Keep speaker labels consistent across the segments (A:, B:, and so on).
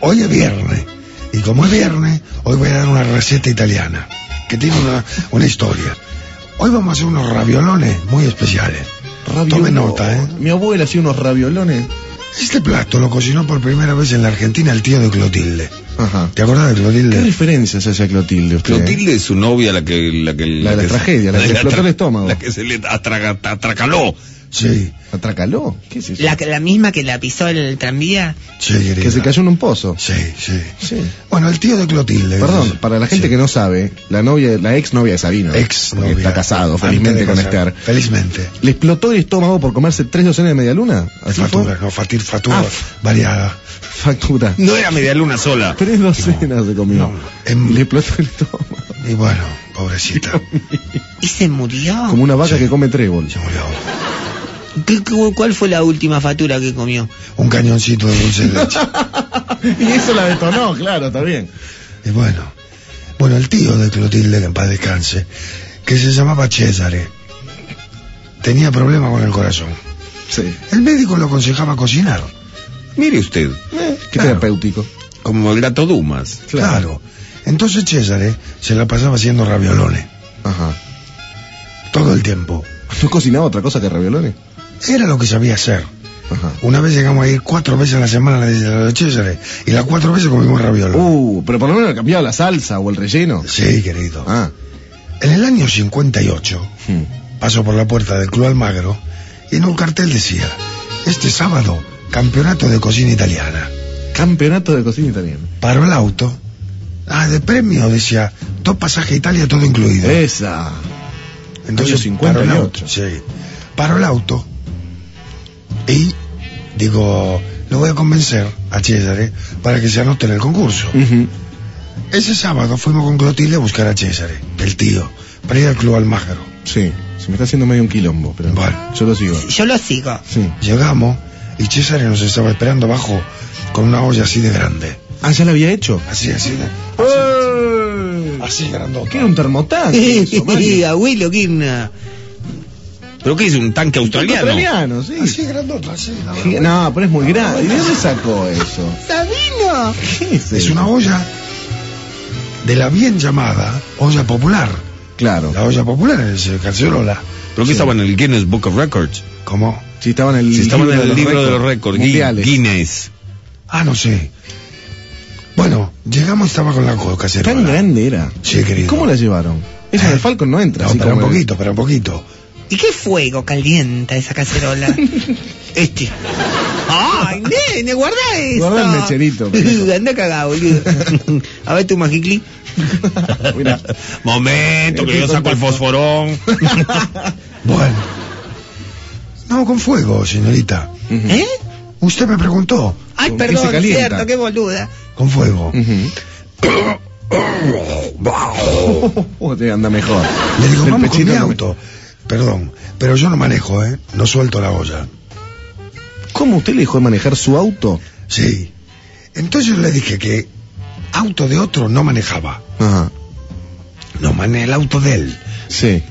A: hoy es viernes. Y como es viernes, hoy voy a dar una receta italiana, que tiene una, una historia. Hoy vamos a hacer unos raviolones muy especiales. Tome nota, ¿eh?
B: Mi abuela hacía unos raviolones.
A: Este plato lo cocinó por primera vez en la Argentina el tío de Clotilde.
B: Ajá.
A: ¿Te acordás de
B: ¿Qué
A: Clotilde?
B: referencias hace a Clotilde usted?
C: Clotilde es su novia, la que... La, que,
B: La de la
C: que se-
B: tragedia, la que
C: de
B: le explotó
C: tra-
B: el estómago.
C: La que se le atraga- atracaló.
A: Sí,
B: ¿Atracaló? ¿Qué es eso?
D: La, la misma que la pisó el tranvía.
A: sí, querida.
B: Que se cayó en un pozo.
A: Sí, sí.
B: Sí.
A: Bueno, el tío de Clotilde.
B: Perdón, para la gente que no sabe, la novia, la ex novia de Sabino.
A: Ex
B: porque Está casado, felizmente con Esther.
A: Felizmente.
B: ¿Le explotó el estómago por comerse tres docenas de medialuna? ¿Así fue?
A: Factura, no, fatir, factura
B: Ah.
A: variada.
B: Factura.
C: No era media luna sola.
B: Tres docenas se comió. Mm.
A: No, en-
B: Le explotó el estómago.
A: Em, Y bueno, pobrecita.
D: ¿Y se murió?
B: Como una vaca que come trébol.
A: Se murió.
D: ¿Qué- qué- cuál fue la última factura que comió?
A: Un cañoncito de dulce de leche.
B: y eso la detonó, claro, está bien.
A: Y bueno, bueno, el tío de Clotilde, que en paz descanse, que se llamaba Cesare, tenía problemas con el corazón.
B: Sí.
A: El médico lo aconsejaba cocinar.
C: Mire usted,
B: Qué
A: Claro.
B: terapéutico.
C: como el gato Dumas.
A: Claro. Entonces Cesare se la pasaba haciendo raviolones
B: Ajá.
A: todo el tiempo.
B: ¿No cocinaba otra cosa que raviolones?
A: Era lo que sabía hacer.
B: Ajá.
A: Una vez llegamos a ir cuatro veces a la semana a la de Cesare y las cuatro veces comimos ravioles.
B: Uh, pero por lo menos cambiaba la salsa o el relleno.
A: Sí, querido.
B: Ah.
A: En el año 58
B: Hmm.
A: Paso por la puerta del Club Almagro y en un cartel decía, este sábado, campeonato de cocina italiana.
B: Campeonato de cocina italiana.
A: Paró el auto. Ah, de premio, decía, dos pasajes a Italia, todo incluido.
B: Esa. año 50
A: paró el
B: Eh, y
A: auto.
B: ocho.
A: Sí. Paró el auto y digo, lo voy a convencer a Cesare para que se anote en el concurso.
B: Ujú.
A: Ese sábado fuimos con Clotilde a buscar a Cesare, el tío, para ir al Club Almagro.
B: Sí. Se me está haciendo medio un quilombo, pero
A: Bueno.
B: yo lo sigo.
D: Yo lo sigo.
B: Sí.
A: Llegamos y Cesare nos estaba esperando abajo con una olla así de grande.
B: Ah, ya lo había hecho.
A: Así, así de,
B: ¡Eh!
A: así grandota.
B: ¿Qué era un termotanque? eso, Mario?
D: Abuelo, ¿quién?
C: ¿Pero qué es un tanque australiano?
B: Australiano, sí.
A: Así grandota, así. la
B: Sí,
A: verdad.
B: No, pero es muy grande. ¿Y de dónde sacó eso?
D: ¡Sabino!
B: ¿Qué es
A: Es
B: eso?
A: una olla de la bien llamada olla popular.
B: Claro.
A: La olla popular es eh, Cacerola.
C: ¿Pero qué estaba en el Guinness Book of Records?
A: ¿Cómo?
B: Si estaba en el
C: Si estaba en
B: libro
C: el
B: los
C: libro de los
B: récords
C: récords, Gui-
B: mundiales.
C: Guinness.
A: Ah, no sé. Bueno, llegamos y estaba con la co- cacerola.
B: Tan grande era.
A: Sí, querido.
B: ¿Cómo la llevaron? Esa del Falcon no entra.
A: No,
B: así
A: pero un
B: como el-
A: poquito, pero un poquito.
D: ¿Y qué fuego calienta esa cacerola? este. ¡Ay, nene, guarda eso!
B: Guarda el mecherito, pendejo.
D: Anda cagado, boludo. A ver tu magicli.
B: Mirá. Eh,
C: Momento, que yo saco el fosforón.
A: Bueno. No, con fuego, señorita.
B: Ujú.
D: ¿Eh?
A: Usted me preguntó.
D: Ay,
B: Mm. ¿Con qué se
D: perdón,
B: calienta?
D: cierto, qué boluda.
A: Con fuego.
B: Mm. Ujú. Oh, te anda mejor.
A: Le digo,
B: Del
A: vamos con
B: pechito
A: mi
B: no me-
A: auto. Perdón, pero yo no manejo, ¿eh? No suelto la olla.
B: ¿Cómo usted le dejó de manejar su auto?
A: Sí. Entonces le dije que auto de otro no manejaba.
B: Ajá.
A: No mané el auto de él.
B: Sí.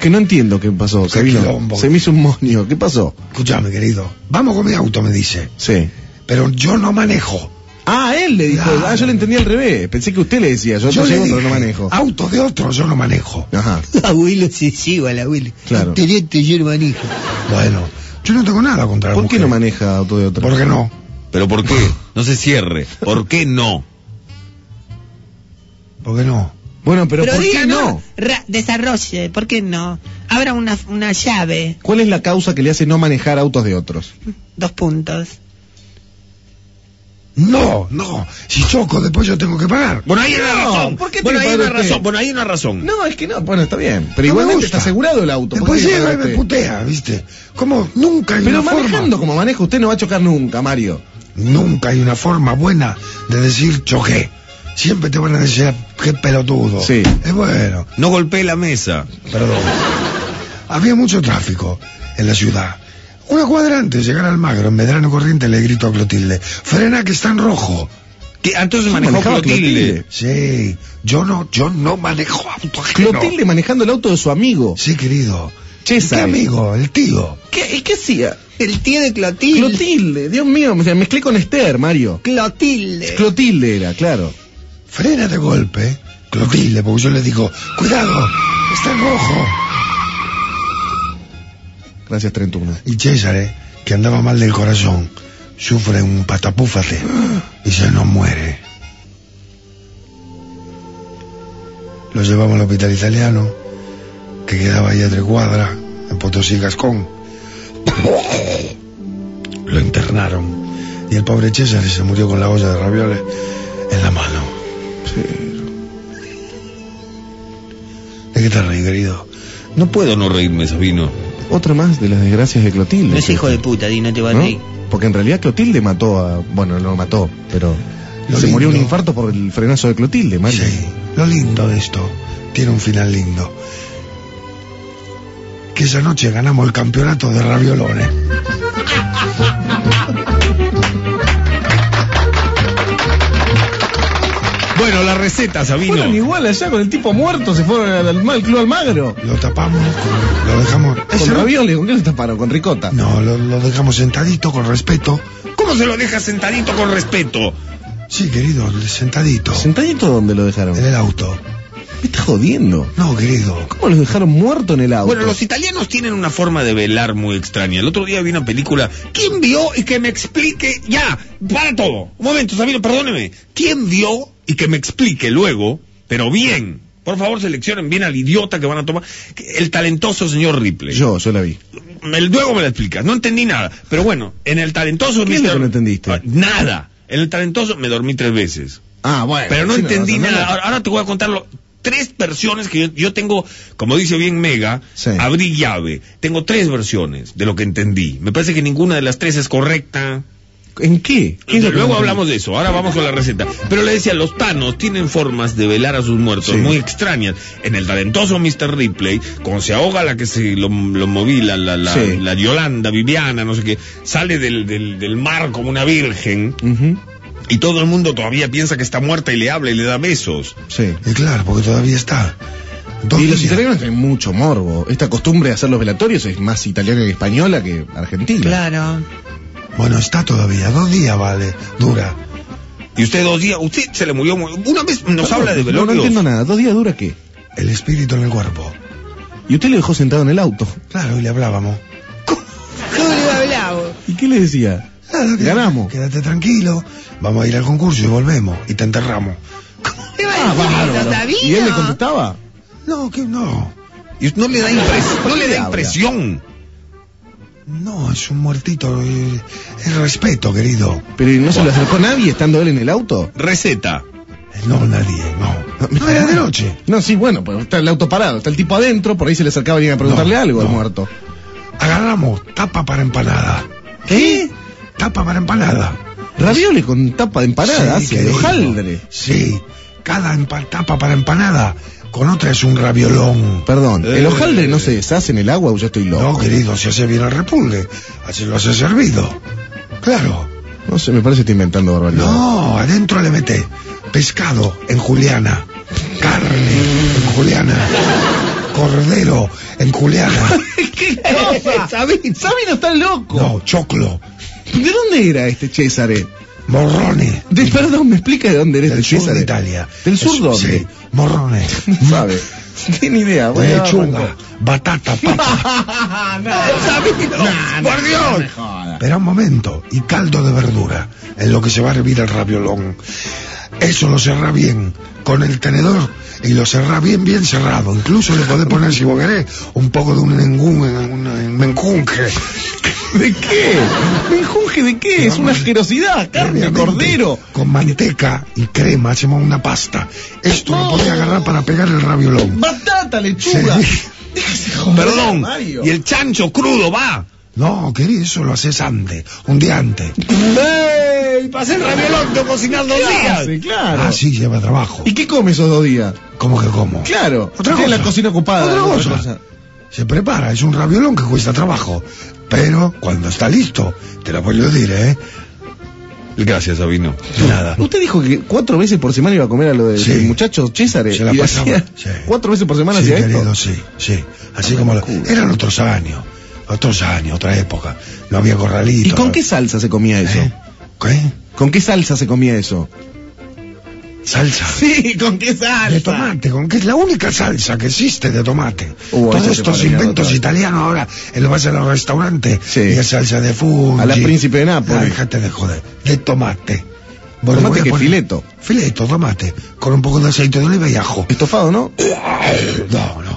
B: Que no entiendo qué pasó.
A: Qué
B: Se, vino-
A: quilombo.
B: se me hizo un moño. ¿Qué pasó?
A: Escúchame, querido. Vamos con mi auto, me dice.
B: Sí.
A: Pero yo no manejo.
B: Ah, él le dijo.
A: Claro.
B: Ah, yo le entendí al revés. Pensé que usted le decía. Yo,
A: yo
B: te
A: le
B: llevo, pero
A: dije, Ah.
B: no manejo.
A: Auto de otro yo no manejo.
B: Ajá.
D: Abuelo se lleva al abuelo.
B: Claro.
D: Teniente y el manijo.
A: Bueno, yo no tengo nada contra la
B: ¿Por qué
A: mujer.
B: no maneja auto de otro?
A: ¿Por qué no?
C: ¿Pero por qué? No se cierre. ¿Por qué no?
A: ¿Por qué no?
B: Bueno, pero, ¿por
D: diga,
B: qué no?
D: Ra- desarrolle, ¿por qué no? Abra una, una llave,
B: ¿Cuál es la causa que le hace no manejar autos de otros?
D: dos puntos.
A: No, no. Si choco, después yo tengo que pagar.
C: Bueno, ahí hay una
B: No,
C: razón.
B: ¿por qué te
C: bueno,
B: lo
C: ahí hay
B: paga
C: una
B: usted?
C: razón. Bueno, ahí hay una razón.
B: No, es que no. Bueno, está bien.
A: Mm.
B: Pero
A: No me
B: igualmente
A: gusta.
B: está asegurado el auto. ¿por
A: Después
B: qué le
A: llega y
B: paga
A: me
B: usted?
A: putea, ¿viste? Como nunca hay
B: Pero
A: una
B: manejando
A: forma.
B: como maneja usted no va a chocar nunca, Mario.
A: Nunca hay una forma buena de decir choqué. Siempre te van a decir qué pelotudo.
B: Sí.
A: Es bueno,
C: No golpeé la mesa.
A: perdón. Había mucho tráfico en la ciudad. Una cuadra antes de llegar al Magro, en Medrano Corriente, le grito a Clotilde, frena que está en rojo.
C: ¿Qué? Ah, Entonces
B: Sí,
C: manejó
B: manejaba
C: Clotilde.
A: Sí, yo no, yo no manejo auto ajeno.
B: Clotilde manejando el auto de su amigo.
A: Sí, querido. ¿Qué
B: Chesa.
A: amigo? El tío.
B: ¿Qué, ¿Y qué hacía?
D: El tío de Clotilde.
B: Clotilde, Dios mío, me mezclé con Esther, Mario.
D: Clotilde.
B: Clotilde era, claro.
A: Frena de golpe, Clotilde, porque yo le digo, cuidado, está en rojo.
B: Gracias, Trentuno.
A: Y César, eh, que andaba mal del corazón, sufre un patapúfate y se nos muere. Lo llevamos al hospital italiano, que quedaba ahí a tres cuadras, en Potosí, Gascón. Lo internaron y el pobre César se murió con la olla de ravioles en la mano. ¿De qué te reí, querido?
C: No puedo no reírme, Sabino.
B: Otra más de las desgracias de Clotilde.
D: No es hijo de puta, Di, no te vas
B: ¿no?
D: a reír.
B: Porque en realidad Clotilde mató a... Bueno, no mató, pero...
A: Lo
B: se
A: lindo.
B: murió un infarto por el frenazo de Clotilde, Mario.
A: Sí, lo lindo de esto. Tiene un final lindo. Que esa noche ganamos el campeonato de raviolones.
C: Bueno, la receta, Sabino.
B: Fueron igual allá con el tipo muerto, se fueron al, al- al Club Almagro.
A: Lo tapamos, con- lo dejamos.
B: Con
A: Esa no-
B: ravioles, ¿con qué lo taparon? Con ricota.
A: No, lo, lo dejamos sentadito con respeto.
C: ¿Cómo se lo deja sentadito con respeto?
A: Sí, querido, sentadito.
B: ¿Sentadito dónde lo dejaron?
A: En el auto.
B: Me está jodiendo.
A: No, querido.
B: ¿Cómo los dejaron muerto en el auto?
C: Bueno, los italianos tienen una forma de velar muy extraña. El otro día vi una película. ¿Quién vio y que me explique ya? Para todo. Un momento, Sabino, perdóneme. ¿Quién vio y que me explique luego? Pero bien. Por favor, seleccionen bien al idiota que van a tomar. El talentoso señor Ripley.
B: Yo, yo la vi.
C: Me- luego me la explicas. No entendí nada. Pero bueno, en el talentoso.
B: ¿Qué es lo que no entendiste?
C: Ah, Nada. En el talentoso me dormí tres veces.
B: Ah, bueno.
C: Pero no
B: sí,
C: entendí
B: no, no,
C: nada.
B: no.
C: Ahora, ahora te voy a contar lo- tres versiones que yo, yo tengo, como dice bien Mega,
B: Sí.
C: abrí llave. Tengo tres versiones de lo que entendí. Me parece que ninguna de las tres es correcta.
B: ¿En qué? ¿Qué es lo que
C: Luego
B: no
C: hablamos de eso, ahora vamos con la receta. Pero le decía, los tanos tienen formas de velar a sus muertos
B: Sí.
C: muy extrañas. En el talentoso Mr. Ripley, cuando se ahoga la que se lo, lo moví, la, la, la-
B: Sí.
C: la Yolanda, Viviana, no sé qué, sale del, del- del mar como una virgen
B: entendí? Ujú.
C: y todo el mundo todavía piensa que está muerta y le habla y le da besos.
B: Sí.
A: Y Eh, claro, porque todavía está. Dos
B: Y los
A: días.
B: italianos tienen mucho morbo. Esta costumbre de hacer los velatorios es más italiana que española que argentina.
D: Claro.
B: Ah,
A: Bueno, está todavía. Dos días, vale. Dura.
C: Y usted dos días, usted se le murió. muy- Una vez nos
B: Perdón,
C: habla de
B: No, no
C: velorios.
B: entiendo nada. ¿Dos días dura qué?
A: El espíritu en el cuerpo.
B: Y usted lo dejó sentado en el auto.
A: Claro, y le hablábamos.
D: ¿Cómo le va a hablar vos?
B: ¿Y qué le decía?
A: Nada, quédate-
B: Ganamos.
A: Quédate tranquilo. Vamos a ir al concurso y volvemos. Y te enterramos.
D: ¿Cómo le va a decir eso,
B: bárbaro.
D: Sabino?
B: ¿Y él le contestaba?
A: No, que no.
C: Y usted no le da, impres- no le da
B: Habla.
C: impresión.
A: No, es un muertito. eh, El respeto, querido.
B: Pero ¿y no se lo acercó nadie estando él en el auto.
C: Receta.
A: No, nadie, no. No era de noche.
B: No, sí, bueno, pues está el auto parado, está el tipo adentro, por ahí se le acercaba alguien a preguntarle
A: No,
B: algo al
A: no.
B: muerto.
A: Agarramos tapa para empanada.
B: ¿Qué?
A: Tapa para empanada.
B: Ravioli con tapa de empanada,
A: Sí,
B: hace de
A: querido.
B: hojaldre.
A: Sí. Cada empa- tapa para empanada con otra es un raviolón.
B: Perdón,
C: Eh.
B: ¿el hojaldre no se deshace en el agua o yo estoy
A: No,
B: loco?
A: querido, si hace bien el repulgue. Así lo hace servido. Claro.
B: No sé, me parece que estoy inventando barbaridad.
A: No, adentro le mete pescado en juliana, carne en juliana, cordero en juliana,
B: ¿Qué cosa? Sabino, está loco.
A: no, choclo,
B: ¿De dónde era este Cesare?
A: morrones.
B: De, perdón, me explica de dónde era
A: Del
B: este
A: sur
B: Cesare.
A: de Italia.
B: ¿Del sur
A: Es-
B: dónde?
A: Sí, morrones.
B: No sabe. Tiene idea, bueno,
A: Lechuga,
B: bueno.
A: batata, papa.
D: Sabino.
A: ¡Por Dios! Espera un momento. Y caldo de verdura, en lo que se va a hervir el raviolón. Eso lo cerrá bien con el tenedor y lo cerrá bien, bien cerrado. Incluso le podés poner, si vos querés, un poco de un nengún, un un menjunje.
B: ¿De qué? ¿Menjunje de qué? Es una asquerosidad. Carne,
A: Obviamente,
B: cordero.
A: Con manteca y crema hacemos una pasta. Esto lo podés agarrar para pegar el raviolón.
B: Batata, lechuga.
A: Sí.
B: Déjese joder,
C: Perdón.
B: Mario.
C: Y el chancho crudo va.
A: No, querido, eso lo haces antes, un día antes.
C: Y pasé el raviolón de cocinar dos
B: ¿Qué
C: días.
B: hace? Claro.
A: Así lleva trabajo.
B: ¿Y qué come esos dos días?
A: ¿Cómo que cómo?
B: Claro.
A: Otra
B: Tiene
A: cosa.
B: la cocina ocupada.
A: Otra
B: ¿no?
A: cosa. Se prepara, es un raviolón que cuesta trabajo. Pero cuando está listo, te lo voy a decir, ¿eh?
C: Gracias, Sabino.
A: Nada.
B: Usted dijo que cuatro veces por semana iba a comer a lo de
A: Sí.
B: del muchacho César. eh,
A: Se la
B: y
A: pasaba,
B: hacía
A: sí.
B: Cuatro veces por semana
A: sí,
B: hacía
A: querido,
B: esto. Ah,
A: sí, sí. Así como la-
B: locura.
A: eran otros años, otros años, otra época. No había corralito.
B: ¿Y con qué salsa se comía eso?
A: ¿Eh? ¿Qué?
B: ¿Con qué salsa se comía eso?
A: Salsa.
B: Sí, ¿con qué salsa?
A: De tomate, con que es la única salsa que existe de tomate.
B: Uh,
A: Todos
B: eso te
A: estos
B: pone
A: inventos
B: nervioso.
A: italianos ahora, él vas a los restaurantes
B: Sí.
A: y es salsa de fungi.
B: A la Príncipe de Nápoles.
A: Ah, déjate de joder, de tomate.
B: Tomate
A: voy a
B: que fileto.
A: Fileto, tomate, con un poco de aceite de oliva y ajo.
B: Estofado, ¿no?
A: No, no,